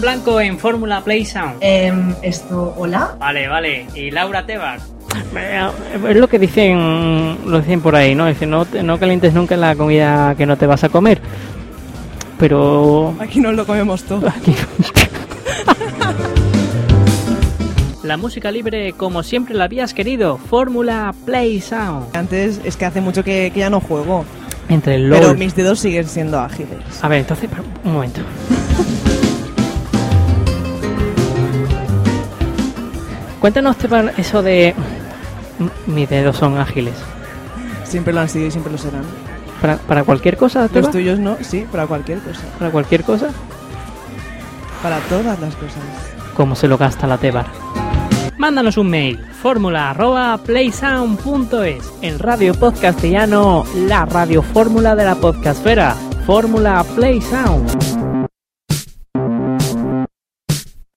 Blanco en Fórmula Play Sound. Em, esto, hola. Vale, vale. Y Laura Tebas. Eh, Es lo que dicen, lo dicen por ahí, ¿no? Dicen, no, te- no calientes nunca la comida que no te vas a comer. Pero Aquí nos lo comemos todo. la música libre, como siempre la habías querido, Fórmula Play Sound. Antes es que hace mucho que, que ya no juego, Entre el pero LOL. mis dedos siguen siendo ágiles. A ver, entonces, pero, un momento. Cuéntanos Esteban, eso de. mm, Mis dedos son ágiles. Siempre lo han sido y siempre lo serán. ¿Para, para cualquier cosa, Esteban? Los tuyos no, sí, para cualquier cosa. ¿Para cualquier cosa? Para todas las cosas. como se lo gasta la Tebar. Mándanos un mail, fórmula arroba playsound.es. En Radio Podcast Castellano, la radio fórmula de la podcastfera, fórmula Playsound.